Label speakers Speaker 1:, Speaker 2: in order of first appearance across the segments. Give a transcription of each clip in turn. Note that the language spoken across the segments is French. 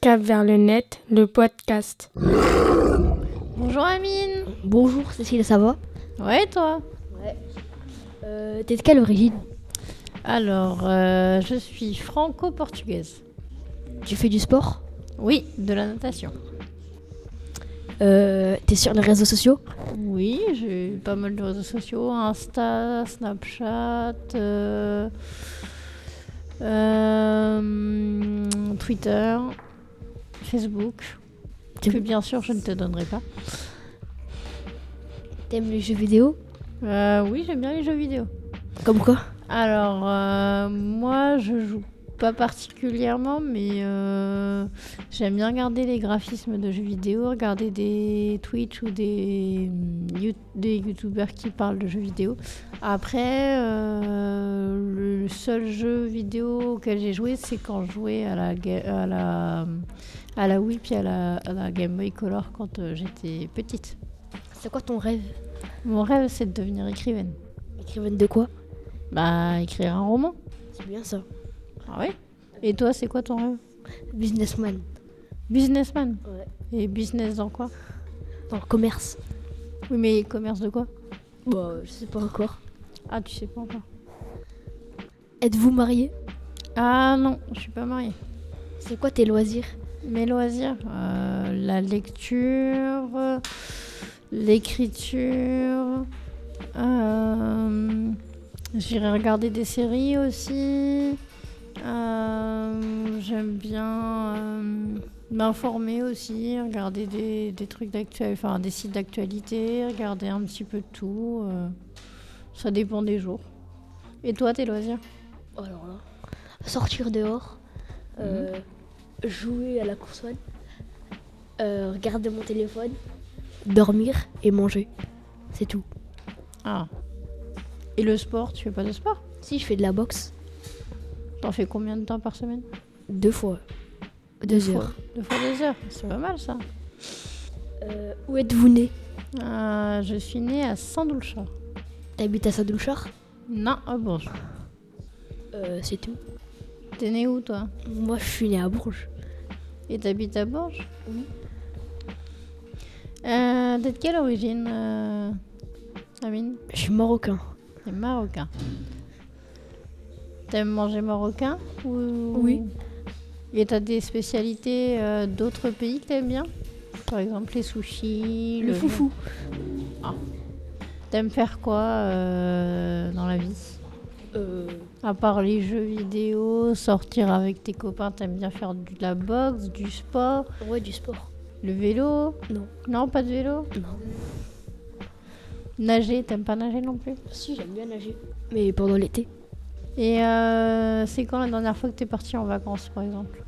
Speaker 1: Cap vers le net, le podcast.
Speaker 2: Bonjour Amine
Speaker 3: Bonjour Cécile, ça va
Speaker 2: Ouais toi
Speaker 3: euh, T'es de quelle origine
Speaker 2: Alors, euh, je suis franco-portugaise.
Speaker 3: Tu fais du sport
Speaker 2: Oui, de la natation.
Speaker 3: euh, T'es sur les réseaux sociaux
Speaker 2: Oui, j'ai eu pas mal de réseaux sociaux, Insta, Snapchat, euh, euh, Twitter, Facebook,
Speaker 3: Tu-
Speaker 2: que bien sûr je ne te donnerai pas.
Speaker 3: T'aimes les jeux vidéo
Speaker 2: Euh, oui, j'aime bien les jeux vidéo.
Speaker 3: Comme quoi
Speaker 2: Alors, euh, moi, je joue pas particulièrement, mais euh, j'aime bien regarder les graphismes de jeux vidéo, regarder des Twitch ou des, hum, You- des YouTubers qui parlent de jeux vidéo. Après, euh, le seul jeu vidéo auquel j'ai joué, c'est quand je jouais à la, ga- à la, à la Wii puis à la, à la Game Boy Color quand euh, j'étais petite.
Speaker 3: C'est quoi ton rêve
Speaker 2: Mon rêve, c'est de devenir écrivaine.
Speaker 3: Écrivaine de quoi
Speaker 2: Bah, écrire un roman.
Speaker 3: C'est bien ça.
Speaker 2: Ah ouais Et toi, c'est quoi ton rêve
Speaker 3: Businessman.
Speaker 2: Businessman
Speaker 3: Ouais.
Speaker 2: Et business dans quoi
Speaker 3: Dans le commerce
Speaker 2: Oui, mais commerce de quoi
Speaker 3: Bah, je sais pas encore.
Speaker 2: Ah, tu sais pas encore.
Speaker 3: Êtes-vous marié
Speaker 2: Ah non, je suis pas mariée.
Speaker 3: C'est quoi tes loisirs
Speaker 2: Mes loisirs euh, La lecture, euh, l'écriture. euh, J'irai regarder des séries aussi. euh, J'aime bien euh, m'informer aussi, regarder des, des trucs d'actualité, enfin des sites d'actualité, regarder un petit peu de tout. euh, ça dépend des jours. Et toi, tes loisirs
Speaker 3: Oh, Alors là. Sortir dehors. euh, jouer à la console. euh, regarder mon téléphone. Dormir et manger. C'est tout.
Speaker 2: Ah. Et le sport, tu fais pas de sport
Speaker 3: Si je fais de la boxe,
Speaker 2: T'en fais combien de temps par semaine
Speaker 3: deux fois. Deux,
Speaker 2: Deux
Speaker 3: heures.
Speaker 2: fois- Deux fois deux heures, c'est pas mal ça.
Speaker 3: Euh, où êtes-vous né
Speaker 2: Euh, je suis née à Saint-Doulchard.
Speaker 3: T'habites à Sadoulchard
Speaker 2: Non, à Bourges.
Speaker 3: euh, C'est tout.
Speaker 2: T'es née où toi
Speaker 3: Moi, je suis né à Bourges.
Speaker 2: Et t'habites à Bourges
Speaker 3: Oui.
Speaker 2: Euh, T'es de quelle origine, euh, Amine
Speaker 3: Je suis marocain.
Speaker 2: T'es marocain. T'aimes manger marocain ou...
Speaker 3: Oui.
Speaker 2: Et t'as des spécialités euh, d'autres pays que t'aimes bien Par exemple les sushis,
Speaker 3: Le foufou.
Speaker 2: T'aimes faire quoi euh, dans la vie
Speaker 3: Euh,
Speaker 2: À part les jeux vidéo, sortir avec tes copains, t'aimes bien faire de la boxe, du sport,
Speaker 3: ouais, du sport.
Speaker 2: le vélo
Speaker 3: Non.
Speaker 2: Non, pas de vélo
Speaker 3: Non.
Speaker 2: Nager, t'aimes pas nager non plus
Speaker 3: Si, j'aime bien nager. Mais pendant l'été
Speaker 2: Et euh, c'est quand la dernière fois que t'es parti en vacances, par exemple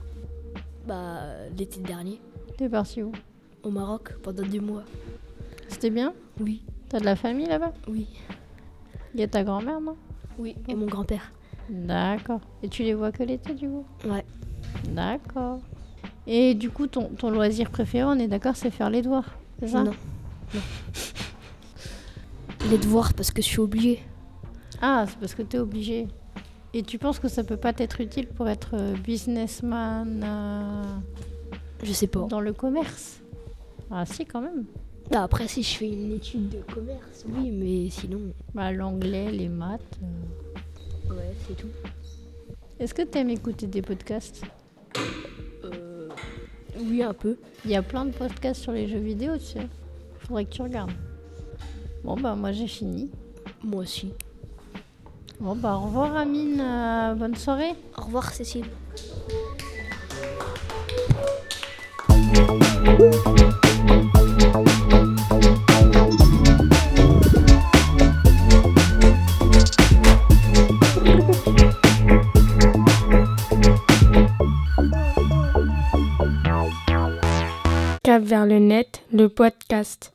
Speaker 3: Bah, l'été dernier.
Speaker 2: T'es parti où
Speaker 3: Au Maroc, pendant deux mois.
Speaker 2: C'était bien
Speaker 3: Oui,
Speaker 2: T'as de la famille là-bas
Speaker 3: oui,
Speaker 2: Il y a ta grand-mère, non
Speaker 3: oui. Et mon grand-père
Speaker 2: D'accord. Et tu les vois que l'été, du coup
Speaker 3: Ouais.
Speaker 2: D'accord. Et du coup, ton, ton loisir préféré, on est d'accord, c'est faire les devoirs, c'est ça
Speaker 3: Non. non. Les devoirs, parce que je suis obligée.
Speaker 2: Ah, c'est parce que t'es obligé. Et tu penses que ça peut pas t'être utile pour être euh, businessman euh,
Speaker 3: Je sais pas.
Speaker 2: dans le commerce Ah si, quand même.
Speaker 3: Bah, après, si je fais une étude de commerce, oui, mais sinon...
Speaker 2: Bah, l'anglais, les maths. euh.
Speaker 3: Ouais, c'est tout.
Speaker 2: Est-ce que t'aimes écouter des podcasts
Speaker 3: Euh... Oui, un peu.
Speaker 2: Il y a plein de podcasts sur les jeux vidéo, tu sais. Faudrait que tu regardes. Bon, bah moi j'ai fini.
Speaker 3: Moi aussi.
Speaker 2: Bon, bah au revoir Amine, euh, bonne soirée.
Speaker 3: Au revoir, Cécile.
Speaker 1: Cap vers le net, le podcast.